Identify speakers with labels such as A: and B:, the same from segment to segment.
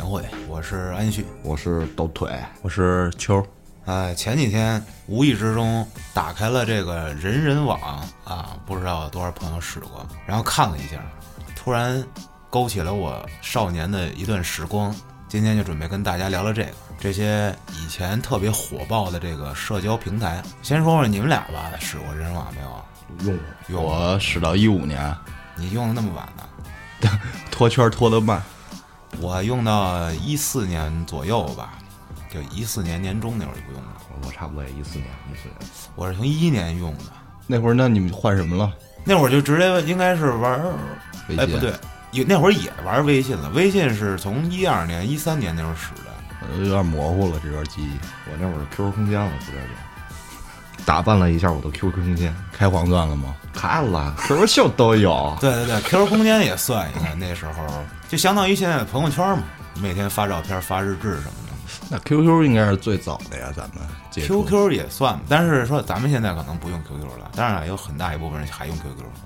A: 会，我是安旭。
B: 我是抖腿，
C: 我是秋儿，
A: 哎，前几天无意之中打开了这个人人网啊，不知道有多少朋友使过，然后看了一下，突然勾起了我少年的一段时光。今天就准备跟大家聊聊这个，这些以前特别火爆的这个社交平台。先说说你们俩吧，使过人人网没有啊？
B: 用过
A: 用过
C: 我使到一五年，
A: 你用的那么晚呢？
C: 脱圈脱得慢，
A: 我用到一四年左右吧，就一四年年中那会儿就不用了。
B: 我差不多也一四年，一四年
A: 我是从一一年用的，
C: 那会儿那你们换什么了？
A: 那会儿就直接应该是玩儿，
C: 微信
A: 哎不对，有那会儿也玩微信了。微信是从一二年、一三年那会儿使的，
C: 呃有点模糊了这段记忆。
B: 我那会儿 QQ 空间了，不知道打扮了一下我的 QQ 空间，
C: 开黄钻了吗？
B: 看了 QQ 秀都有，
A: 对 对对，QQ 空间也算一个，那时候就相当于现在的朋友圈嘛，每天发照片、发日志什么的。
C: 那 QQ 应该是最早的呀，咱们接触
A: QQ 也算，但是说咱们现在可能不用 QQ 了，当然了有很大一部分人还用 QQ。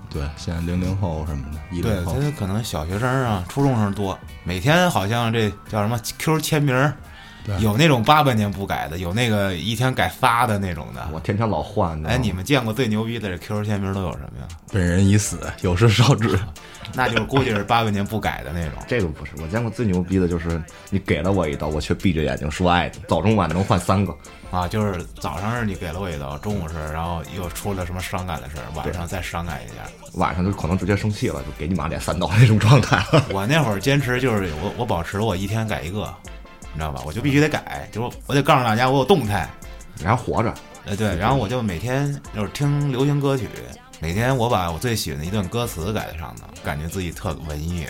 C: 对，现在零零后什么的，一
A: 对
C: 零，后，
A: 他可能小学生啊、初中生多，每天好像这叫什么 Q 签名儿，有那种八百年不改的，有那个一天改仨的那种的。
B: 我天天老换。知道吗。
A: 哎，你们见过最牛逼的这 QQ 签名都有什么呀？
C: 本人已死，有事烧纸。
A: 那就是估计是八百年不改的那种
B: 这个不是我见过最牛逼的，就是你给了我一刀，我却闭着眼睛说爱哎你，早中晚能换三个。
A: 啊，就是早上是你给了我一刀，中午是，然后又出了什么伤感的事儿，晚上再伤感一下。
B: 晚上就可能直接生气了，就给你妈脸三刀那种状态了。
A: 我那会儿坚持就是我我保持我一天改一个，你知道吧？我就必须得改，就是我得告诉大家我有动态。
B: 你还活着，
A: 呃，对，然后我就每天就是听流行歌曲，每天我把我最喜欢的一段歌词改在上头，感觉自己特文 艺。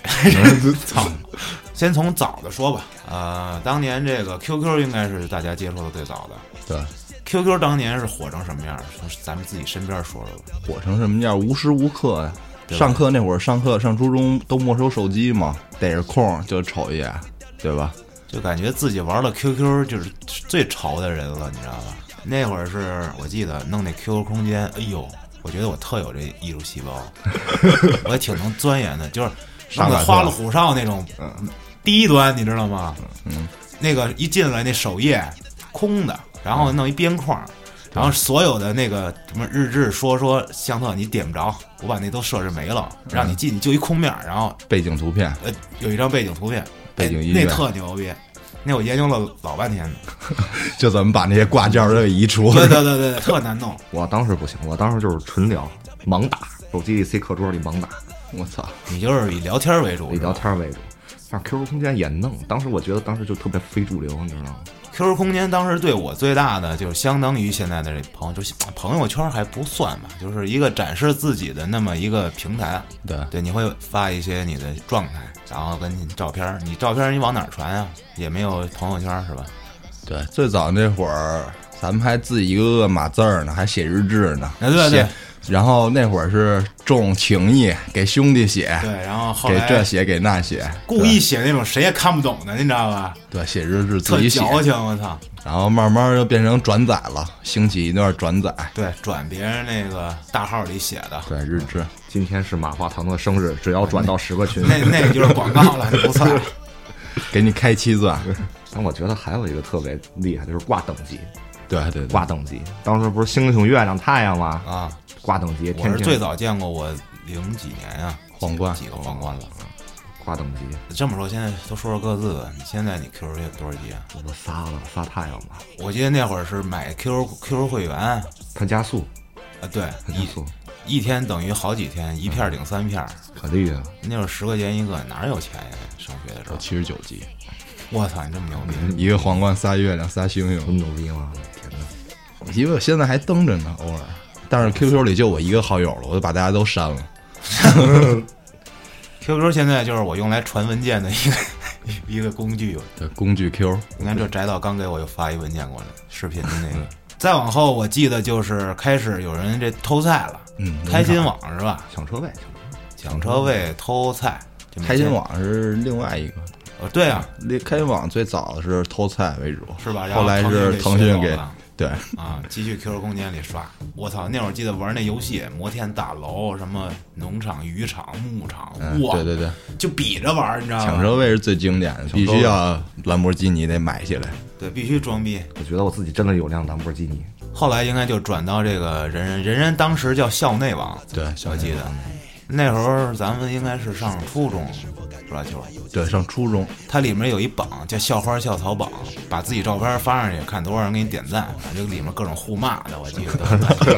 A: 操！ 先从早的说吧，呃，当年这个 QQ 应该是大家接触的最早的。
C: 对，
A: QQ 当年是火成什么样儿？从咱们自己身边说说吧。
C: 火成什么样？无时无刻呀。上课那会儿，上课上初中都没收手机嘛，逮着空就瞅一眼，对吧？
A: 就感觉自己玩了 QQ 就是最潮的人了，你知道吧？那会儿是我记得弄那 QQ 空间，哎呦，我觉得我特有这艺术细胞，我也挺能钻研的，就是弄
C: 上
A: 得
C: 赶
A: 花
C: 课
A: 里胡哨那种低端，你知道吗？那个一进来那首页空的，然后弄一边框。然后所有的那个什么日志说说相册你点不着，我把那都设置没了，让你进去就一空面儿，然后
C: 背景图片，
A: 呃，有一张背景图片，
C: 背景
A: 哎
C: 音乐
A: 那特牛逼，那我研究了老半 天呢。
C: 就怎么把那些挂件儿都给移除
A: 对对对对，对特难弄。
B: 我当时不行，我当时就是纯聊，盲打，手机里塞课桌里盲打，
C: 我操！
A: 你就是以聊天为 主，
B: 以聊
A: 是吧。
B: 天为主。但是 QQ 空间也弄，当时我觉得当时就特别非主流，你知道吗？
A: QQ 空间当时对我最大的就是相当于现在的这朋友，就是朋友圈还不算吧，就是一个展示自己的那么一个平台。
C: 对
A: 对，你会发一些你的状态，然后跟你照片儿，你照片儿你往哪儿传啊？也没有朋友圈儿是吧？
C: 对，最早那会儿，咱们还自己一个个码字儿呢，还写日志呢。
A: 哎对对
C: 写。然后那会儿是重情义，给兄弟写，
A: 对，然后后
C: 给
A: 来
C: 这写给那写，
A: 故意写那种谁也看不懂的，你知道吧？
C: 对对写日志自
A: 特
C: 己写，
A: 矫情，我操！
C: 然后慢慢就变成转载了，兴起一段转载。
A: 对，转别人那个大号里写的，
C: 对日志，
B: 今天是马化腾的生日，只要转到十个 群。
A: 那那个就是广告了， 不算。
C: 给你开七啊钻。
B: 但我觉得还有一个特别厉害，就是挂等级，
C: 对对对，
B: 挂等级。当时不是星星、月亮、太阳吗？
A: 啊，
B: 挂等级，
A: 我
B: 天
A: 是
B: 天
A: 最早见过我零几年啊，
C: 皇冠
A: 几个皇冠了。
B: 挂等级。
A: 这么说，现在都说说各自的。你现在你 QQ 有多少级啊？
B: 我都仨了，仨太阳吧。
A: 我记得那会儿是买 QQ QQ 会员，啊，
B: 它加速，
A: 对，
B: 它加速，
A: 一一天等于好几天，一片儿顶三片儿。
B: 可厉害了。
A: 那会儿十块钱一个，哪有钱呀？上学的时候
C: 我，七十九级，
A: 我操，你这么牛逼！
C: 一个皇冠，仨月亮，仨星
B: 这么
C: 星。
B: 牛逼吗？啊天哪！
C: 因为我现在还登着呢，偶尔。但是 QQ 里就我一个好友了，我就把大家都删了。
A: QQ 现在就是我用来传文件的一个 一个工具。
C: 对，工具 Q，
A: 你看这翟导刚给我又发一文件过来，视频的那
C: 嗯
A: 个。 再往后，我记得就是开始有人这偷菜了，
C: 嗯
A: 开心网是吧？
B: 抢车位，
A: 抢车位、偷菜，就每
C: 开心
A: 天，
C: 网是另外一个，
A: 呃，对啊，
C: 那开心网最早是偷菜为主，
A: 是吧？然
C: 后来是
A: 腾
C: 腾
A: 讯
C: 讯
A: 给
C: 给
A: 收了
C: 对，
A: 啊，继续 QQ 空间里刷。我操，那会儿记得玩那游戏，摩天大楼、什么农场、渔场、牧场，
C: 嗯
A: 哇，
C: 对对对，
A: 就比着玩儿，你知道
C: 抢
A: 吗？
C: 车位是最经典的，必须要兰博基尼得买起来。
A: 对，必须装逼。
B: 我觉得我自己真的有辆兰博基尼，
A: 后来应该就转到这个人人人人，当时叫校内网，
C: 对，
A: 我
C: 小
A: 记得那时候咱们应该是上初中，是吧？球，
C: 对，上初中
A: 它里面有一榜叫“校花校草榜”，把自己照片发上去，看多少人给你点赞，反正里面各种互骂的，我记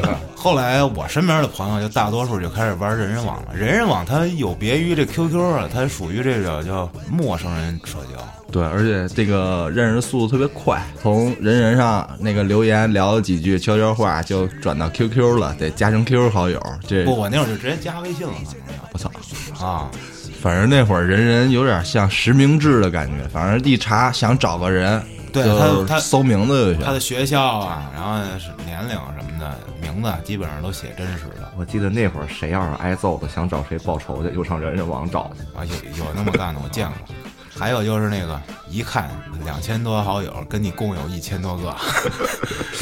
A: 得。后来我身边的朋友就大多数就开始玩人人网了。人人网它有别于这 QQ 啊，它属于这个叫陌生人社交。
C: 对，而且这个认识的速度特别快，从人人上那个留言聊了几句悄悄话，就转到 QQ 了，得加成 QQ 好友。这
A: 不，我那会儿就直接加微信了
C: 我操，
A: 啊，
C: 反正那会儿人人有点像实名制的感觉，反正一查想找个人，
A: 对
C: 就
A: 他他
C: 搜名字就
A: 他
C: 行。
A: 的学校啊，然后是年龄什么的，名字啊基本上都写真实的。
B: 我记得那会儿谁要是挨揍的，想找谁报仇去，又上人人网找去。
A: 啊，有有那么干的，我 见过。还有就是那个一看两千多好友，跟你共有一千多 个，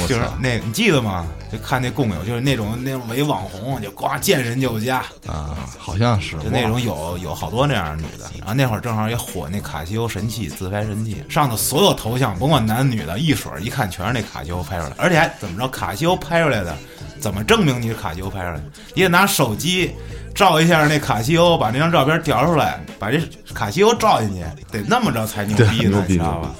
A: 就是那你记得吗？就看那共有，就是那种那种伪网红，就呱见人就加，
C: 啊，好像是
A: 就那种有有好多那样的女的。然后那会儿正好也火那卡西欧神器自拍神器，上头所有头像，甭管男女的，一水儿一看全是那卡西欧拍出来的，而且还怎么着，卡西欧拍出来的，怎么证明你是卡西欧拍出来的？你得拿手机照一下那卡西欧，把那张照片调出来，把这卡西欧照进去，得那么着才牛逼呢，你知道吧？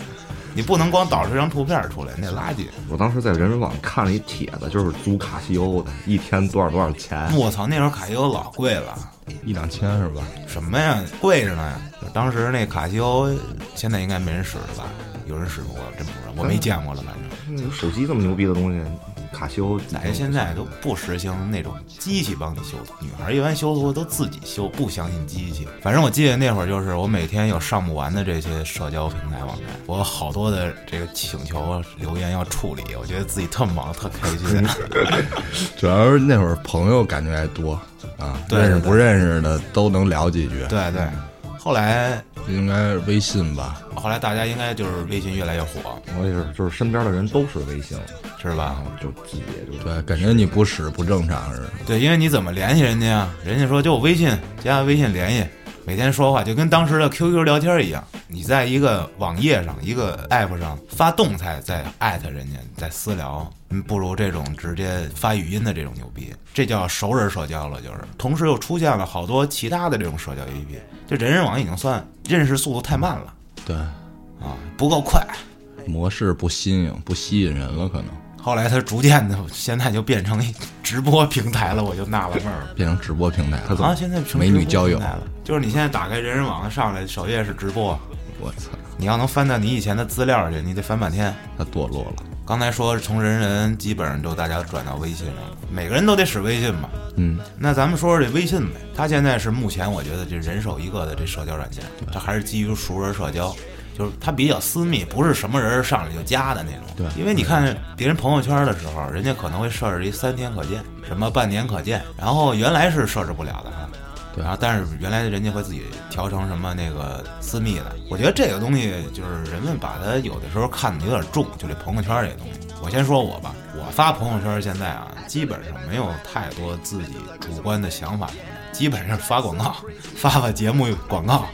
A: 你不能光导出一张图片出来，那垃圾。
B: 我当时在人人网看了一帖子，就是租卡西欧的，一天多少多少钱，
A: 我操，那时候卡西欧老贵了。
C: 一两千是吧？
A: 什么呀，贵着呢呀！当时那卡西欧，现在应该没人使了吧？有人使过，我真不知道，我没见过了，反正。
B: 有手机这么牛逼的东西，卡西欧
A: 哪个现在都不实行那种机器帮你修图，女孩一般修图都自己修，不相信机器。反正我记得那会儿就是我每天有上不完的这些社交平台网站，我有好多的这个请求留言要处理，我觉得自己特忙特开心。
C: 主要是那会儿朋友感觉还多啊，
A: 对
C: 认识
A: 对对
C: 不认识的都能聊几句。
A: 对对，后来
C: 应该是微信吧？
A: 后来大家应该就是微信越来越火，
B: 我也是，就是身边的人都是微信，
A: 是吧？
B: 然后就自己也就
C: 对，感觉你不使不正常似的。
A: 对，因为你怎么联系人家啊？人家说就微信加微信联系，每天说话就跟当时的 QQ 聊天一样。你在一个网页上、一个 app 上发动态，再艾特人家，再私聊，嗯不如这种直接发语音的这种牛逼，这叫熟人社交了。就是，同时又出现了好多其他的这种社交 APP，就人人网已经算认识速度太慢了
C: 对，
A: 啊，不够快。
C: 模式不新颖，不吸引人了，可能
A: 后来它逐渐的，现在就变成一直播平台了，我就纳了闷儿了。
C: 变成直播平台了。
A: 啊，现在成
C: 美
A: 直
C: 女
A: 播
C: 交友
A: 平台了，就是你现在打开人人网上来首页是直播，
C: 我操，
A: 你要能翻到你以前的资料去，你得翻半天。
C: 他堕落了。
A: 刚才说从人人基本上都大家转到微信上了，每个人都得使微信吧？
C: 嗯，
A: 那咱们说说这微信呗，它现在是目前我觉得这人手一个的这社交软件，它还是基于熟人社交，就是它比较私密，不是什么人上来就加的那种。
C: 对
A: 因为你看别人朋友圈的时候，人家可能会设置一三天可见，什么半年可见，然后原来是设置不了的啊哈。
C: 对
A: 然后但是原来人家会自己调成什么那个私密的，我觉得这个东西就是人们把它有的时候看的有点重，就这朋友圈这东西。我先说我吧，我发朋友圈现在啊，基本上没有太多自己主观的想法什么的，基本上发广告，发发节目广告，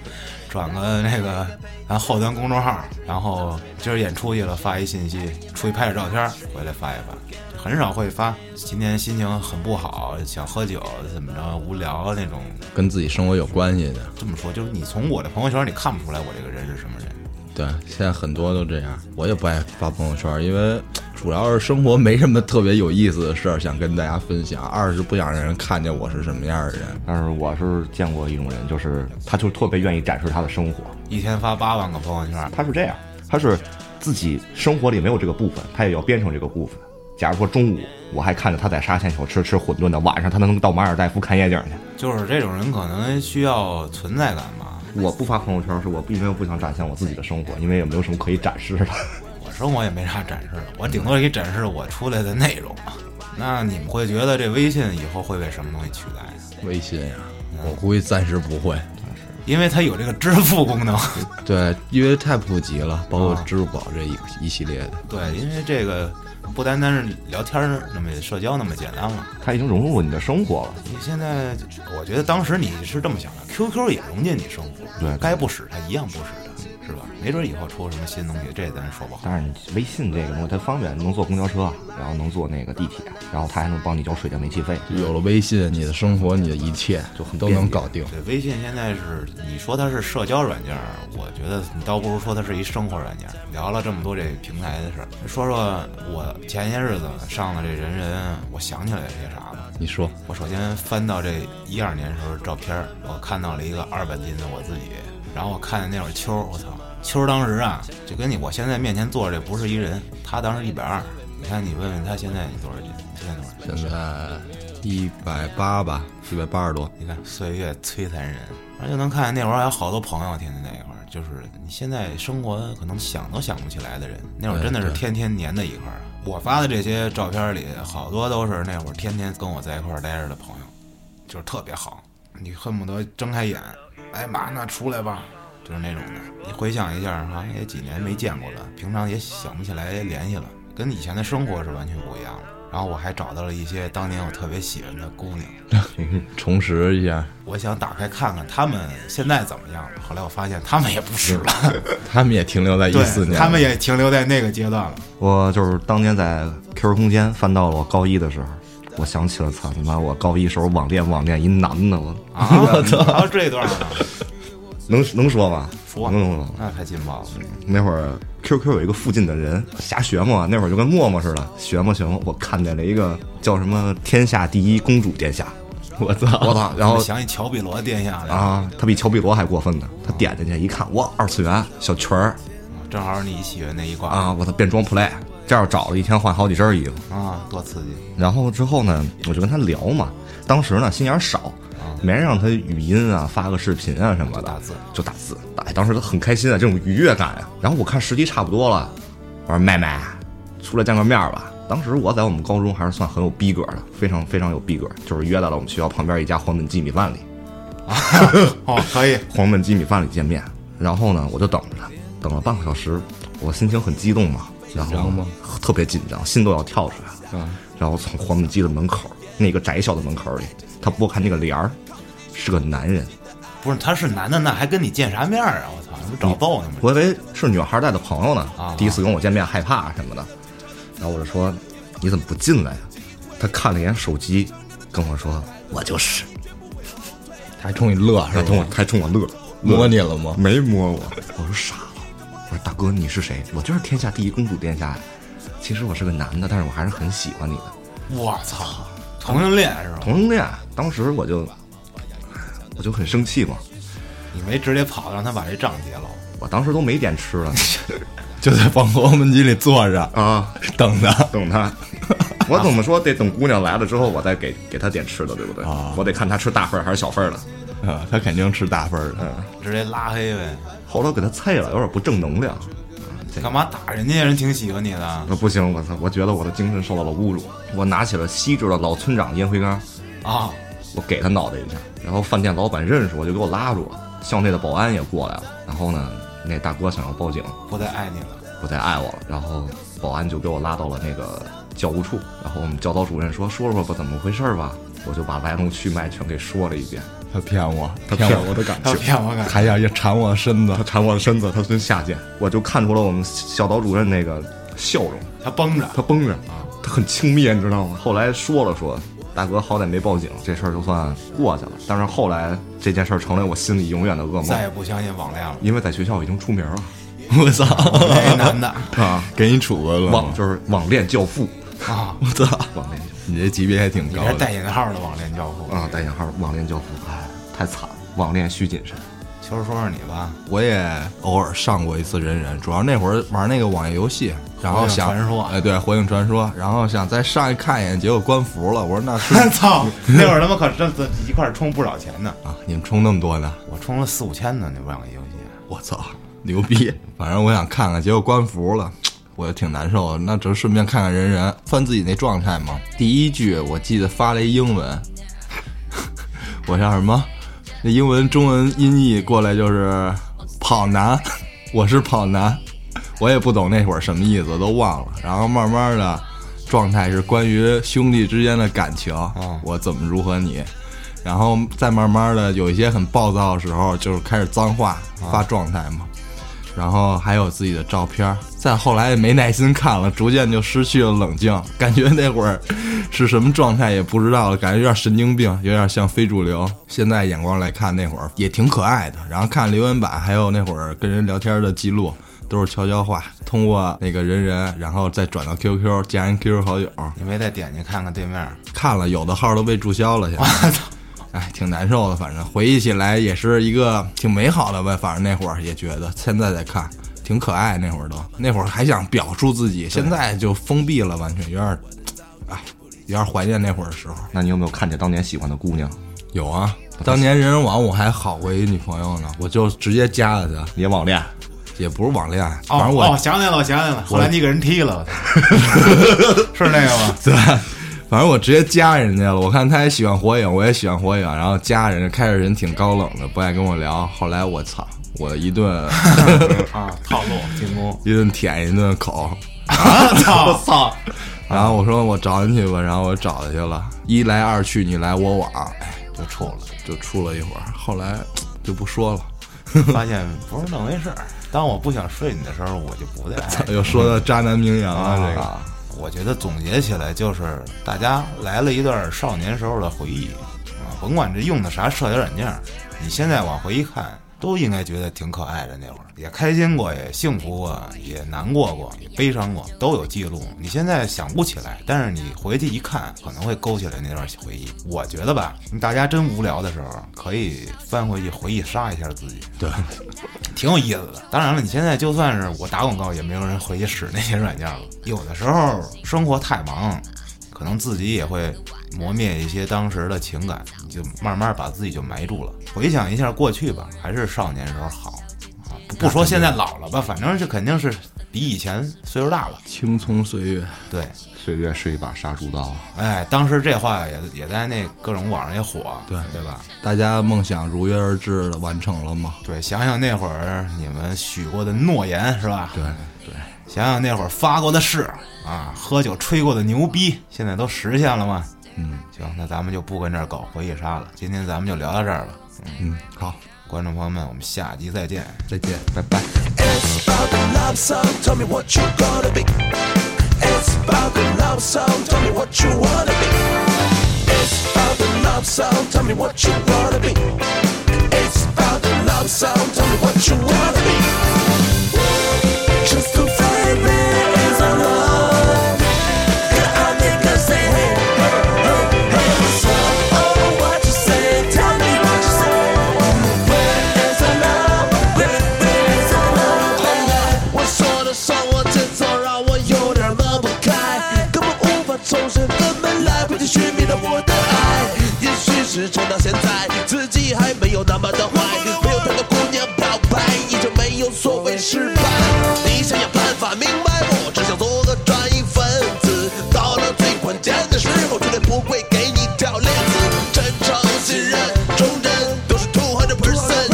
A: 转个那个咱后端公众号，然后今儿演出去了发一信息，出去拍点照片儿，回来发一发，很少会发今天心情很不好，想喝酒怎么着无聊那种。
C: 跟自己生活有关系的。
A: 这么说，就是你从我的朋友圈里看不出来我这个人是什么人。
C: 对，现在很多都这样。我也不爱发朋友圈，因为主要是生活没什么特别有意思的事儿想跟大家分享，二是不想让人看见我是什么样的人。
B: 但是我是见过一种人，就是他就特别愿意展示他的生活，
A: 一天发八万个朋友圈，
B: 他是这样，他是自己生活里没有这个部分，他也要编成这个部分。假如说中午我还看着他在沙县小吃吃馄饨呢，晚上他能到马尔代夫看夜景去。
A: 就是这种人可能需要存在感吧。
B: 我不发朋友圈是我因为我不想展现我自己的生活，因为也没有什么可以展示的。
A: 我生活也没啥展示的，我顶多给展示我出来的内容。那你们会觉得这微信以后会被什么东西取代啊呢？
C: 微信呀、
A: 嗯
C: 我估计暂时不会。
A: 因为它有这个支付功能。 啊
C: 对，因为太普及了，包括支付宝这一一系列的。
A: 对，因为这个不单单是聊天儿那么社交那么简单了。
B: 它已经融入你的生活了。
A: 你现在，我觉得当时你是这么想的，QQ 也融进你生活，
B: 对
A: 该不使它一样不使它，是吧？没准以后出什么新东西，这咱说不好。
B: 但是微信这个东西，它方便，能坐公交车，然后能坐那个地铁，然后它还能帮你交水电煤气费。
C: 就有了微信，你的生活，你的一切就很都能搞定。
A: 对，微信现在是你说它是社交软件儿，我觉得你倒不如说它是一生活软件儿。聊了这么多这平台的事儿，说说我前些日子上了这人人，我想起来些啥了。
C: 你说
A: 我首先翻到这一二年时候照片儿，我看到了一个二百斤的我自己，然后我看见那会儿秋儿，我操，秋儿当时啊，就跟你我现在面前坐着这不是一人，他当时一百二，你看你问问他现在你多少斤？你现在多少斤？
C: 现在一百八吧，一百八十多，
A: 你看岁月摧残人，然后就能看见那会儿还有好多朋友天天在一块儿，就是你现在生活可能想都想不起来的人，那会儿真的是
C: 对对
A: 天天黏在一块儿啊。我发的这些照片里，好多都是那会儿天天跟我在一块儿待着的朋友，就是特别好，你恨不得睁开眼，哎妈，那出来吧，就是那种的。你回想一下，好像也几年没见过了，平常也想不起来联系了，跟以前的生活是完全不一样的。然后我还找到了一些当年我特别喜欢的姑娘。
C: 重拾一下，
A: 我想打开看看他们现在怎么样了。后来我发现他们也不是了，
C: 他们也停留在一
A: 对
C: 四，年，
A: 他们也停留在那个阶段了。
B: 我就是当年在 QQ 空间翻到了我高一的时候，我想起了操他妈我高一时候网恋网恋一男 的，我
A: 啊，还有这一段呢，
B: 能能说吗？
C: 啊
A: 说
B: 能能说。
A: 那太劲爆了。
B: 那会儿 QQ 有一个附近的人瞎学嘛，那会儿就跟陌陌似的学嘛学嘛，我看见了一个叫什么“天下第一公主殿下
C: 我”，操，
B: 我操！然后
A: 我想起乔碧罗殿下来了，
B: 啊，他比乔碧罗还过分呢，他点进去一看，哇，二次元小裙儿
A: 啊正好你喜欢那一挂
B: 啊，我操，变装 play，这样找了一天换好几身衣服。
A: 啊，多刺激！
B: 然后之后呢，我就跟他聊嘛，当时呢心眼儿少，没让他语音啊发个视频啊什么的，
A: 啊打字
B: 就打字，打，当时他很开心啊，这种愉悦感啊。然后我看时机差不多了，我说妹妹，出来见个面儿吧。当时我在我们高中还是算很有逼格的，非常非常有逼格，就是约到了我们学校旁边一家黄焖鸡米饭里，
A: 哦，可以，
B: 黄焖鸡米饭里见面。然后呢，我就等着他，等了半个小时，我心情很激动嘛，然后
C: 紧张吗
B: 特别紧张，心都要跳出来了。
C: 啊，
B: 然后从黄焖鸡的门口，那个窄小的门口里，他拨开那个帘儿，是个男人。
A: 不是他是男的，那还跟你见啥面儿啊？我操，那不找揍呢吗？
B: 我以为是女孩带的朋友呢
A: 啊，
B: 第一次跟我见面害怕什么的。然后我就说：“你怎么不进来呀、他看了一眼手机，跟我说：“我就是。
C: 他还冲你乐” 是
B: 还冲我
C: 吧？
B: 还冲我乐，
C: 摸你了吗？
B: 没摸我，我说傻了。我说大哥你是谁？我就是天下第一公主殿下呀。其实我是个男的，但是我还是很喜欢你的。
A: 我操，同性恋是吧？
B: 同性恋，啊当时我就我就很生气嘛，
A: 你没直接跑让他把这账结了？
B: 我当时都没点吃了
C: 就在放黄焖鸡里坐着
B: 啊。
C: 等着，
B: 等他。我怎么说得等姑娘来了之后，我再给给她点吃的，对不对？
C: 啊
B: 我得看她吃大份儿还是小份儿的。
C: 啊，他肯定吃大份儿的，
A: 直接拉黑呗？
B: 后来我给她啐了，有点不正能量。
A: 干嘛打人家？人挺喜欢你的啊
B: 那不行，我操！我觉得我的精神受到了侮辱。我拿起了锡制的老村长烟灰缸，
A: 啊！
B: 我给他脑袋一下。然后饭店老板认识我，就给我拉住了。校内的保安也过来了。然后呢，那大哥想要报警，
A: 不再爱你了，
B: 不再爱我了。然后保安就给我拉到了那个教务处。然后我们教导主任说：“说说吧，怎么回事儿吧？”我就把来龙去脉全给说了一遍。
C: 他骗我，
B: 他
C: 骗
B: 骗
C: 我的哎感
A: 他
C: 情，
A: 骗我干啥？
C: 还想要缠我身子
B: 他，缠我的身子，他真下贱，我就看出了我们小导主任那个笑容，
A: 他绷着。
B: 他绷着啊，他很轻蔑，你知道 吗？后来说了说，大哥好歹没报警，这事儿就算过去了。但是后来这件事儿成了我心里永远的噩
A: 再
B: 梦，
A: 也不相信网恋了。
B: 因为在学校已经出名了
C: 我操，
A: 那男 的
B: 啊，
C: 给你杵过了
B: 网
C: 吗，
B: 就是网恋教父，
A: 啊，
C: 我操，
B: 网恋教
C: 你这级别还挺
A: 你
C: 高
A: 这
C: 的，
A: 带引号的网恋教父
B: 父。啊，带引号网恋教父，哎，太惨了，网恋需谨慎。
A: 球儿说说你吧，
C: 我也偶尔上过一次人人，主要那会儿玩那个网页游戏，然后想
A: 火影传说
C: 哎，对，《火影传说》，然后想再上去看一眼，结果关服了。我说 那是
A: 操， 那会儿他妈可真是一块儿充不少钱呢，
C: 啊，你们充那么多呢？
A: 我充了四五千呢，那网易游戏。
C: 我操，牛逼！反正我想看看，结果关服了，我就挺难受的。那只是顺便看看人人，翻自己那状态嘛。第一句我记得发了一英文，我叫什么？那英文中文音译过来就是跑男，我是跑男，我也不懂那会儿什么意思，都忘了。然后慢慢的，状态是关于兄弟之间的感情，
A: 嗯
C: 我怎么如何你，然后再慢慢的有一些很暴躁的时候，就是开始脏话发状态嘛，然后还有自己的照片儿，再后来也没耐心看了，逐渐就失去了冷静，感觉那会儿是什么状态也不知道了，感觉有点神经病，有点像非主流。现在眼光来看，那会儿也挺可爱的。然后看留言板，还有那会儿跟人聊天的记录，都是悄悄话，通过那个人人，然后再转到 QQ 加人 QQ 好友，
A: 你没再点进去看看对面？
C: 看了有的号都被注销了，现在。哎，挺难受的，反正回忆起来也是一个挺美好的吧。反正那会儿也觉得，现在再看挺可爱。那会儿都，那会儿还想表述自己，现在就封闭了，完全有点儿，哎，有点怀念那会儿的时候。
B: 那你有没有看见当年喜欢的姑娘？
C: 有啊，当年人人网我还好过一女朋友呢，我就直接加了她，
B: 也网恋？
C: 也不是网恋，
A: 哦
C: 反正我、
A: 哦，想起来了，我想起来了，后来你给人踢了，我 操是那个吗？
C: 对，反正我直接加人家了。我看他也喜欢火影，我也喜欢火影，然后加人家。开始人挺高冷的，不爱跟我聊。后来我操，我一顿
A: 啊，套路进攻，
C: 一顿舔，一顿口。
A: 我操，我操，
C: 然后我说我找你去吧，然后我找他去了。一来二去，你来我往，哎，
A: 就处了。
C: 就处了一会儿。后来就不说了。
A: 发现不是那么回事儿。当我不想睡你的时候，我就不 再爱你。
C: 又说到渣男名言了，这个。
A: 我觉得总结起来就是，大家来了一段少年时候的回忆啊，甭管这用的啥社交软件儿，你现在往回一看，都应该觉得挺可爱的。那会儿也开心过，也幸福过，也难过过，也悲伤过，都有记录。你现在想不起来，但是你回去一看，可能会勾起来那段回忆。我觉得吧，大家真无聊的时候，可以翻回去回忆杀一下自己。
C: 对，
A: 挺有意思的。当然了，你现在就算是我打广告，也没有人回去使那些软件了。有的时候生活太忙，可能自己也会磨灭一些当时的情感，你就慢慢把自己就埋住了。回想一下过去吧，还是少年时候好啊！不不说现在老了吧，反正是肯定是比以前岁数大了。
C: 青葱岁月，
A: 对，
B: 岁月是一把杀猪刀，啊
A: 哎，当时这话也也在那各种网上也火，对对吧？
C: 大家梦想如约而至的完成了吗？
A: 对，想想那会儿你们许过的诺言是吧？
C: 对，
A: 想想那会儿发过的誓啊，喝酒吹过的牛逼，现在都实现了吗？
C: 嗯
A: 行，那咱们就不跟这儿搞回忆杀了，今天咱们就聊到这儿了。
C: 嗯，好，
A: 观众朋友们，我们下集再见。
C: 再见。
B: 拜拜。
D: It's about the love song, tell me what you gonna be. It's about the love song, tell me what you wanna be. It's about the love song, tell me what you wanna be. It's about the love song, tell me what you wanna be. Just to find there is a love. Yeah, I think I say, hey, hey, hey, hey. So, oh, what you say, tell me what you say. Where is the love? Where, where is the love? 我说的生活节奏让我有点乐不开，根本无法重生，根本来不及寻觅到我的爱。也许是撑到现在，自己还没有那么的坏，没有太多姑娘表白，也就没有所谓失败。你想要办法明白，我只想做个专一分子。到了最关键的时候，绝对不会给你挑链子。真诚、信任、忠贞，都是 two hundred percent。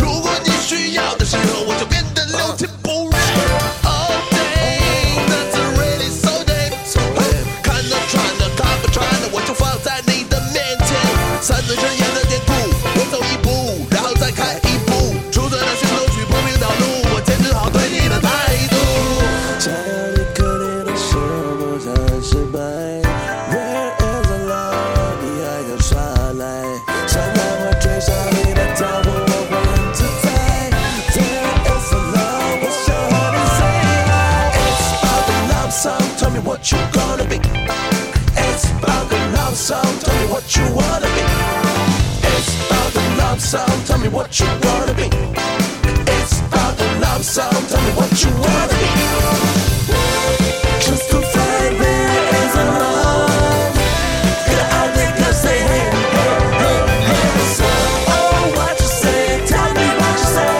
D: 如果你需要的时候，我就变得六亲不认。All day, that's really so damn。看得穿的，看不穿的，我就放在你的面前。三寸真言的典故，我走一步，然后再开一步。出走的行动曲，不平道路，我坚持好对你的态度。假如你肯定的是我在失败，Where is the love？你还要耍赖？想让我追上你的脚步，我会很自在。There is the love，我想和你 say hi，It's about the love song，tell me what you gonna be。It's about the love song, tell me what you wanna be. It's about the love song, tell me what you wanna be. It's about the love song, tell me what you wanna be. Just to find there is a love. Yeah, I think I say hey, hey, hey, hey. So, oh, what you say? Tell me what you say.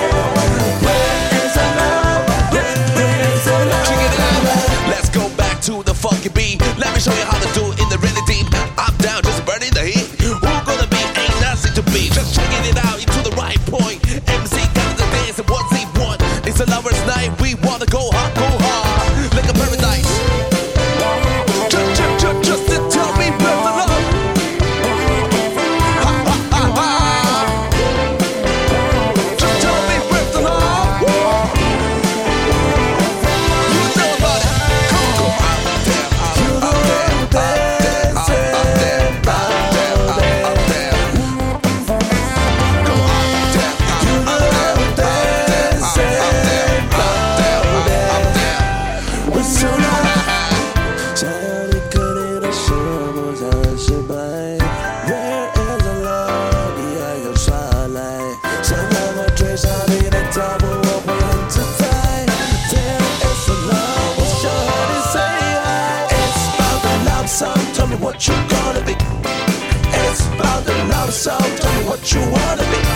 D: Where is the love? Where, where is the love? Check it out. Let's go back to the funky beat. Let me show you how to do it in the really deep. Up down, just burning the heat. Who gonna be? Ain't nothing to be. Just checking it out into the right point. MC got the dance and what's he want? It's a lovers' night. We wanna go hard, go hard, like a paradise. Just you wanna be.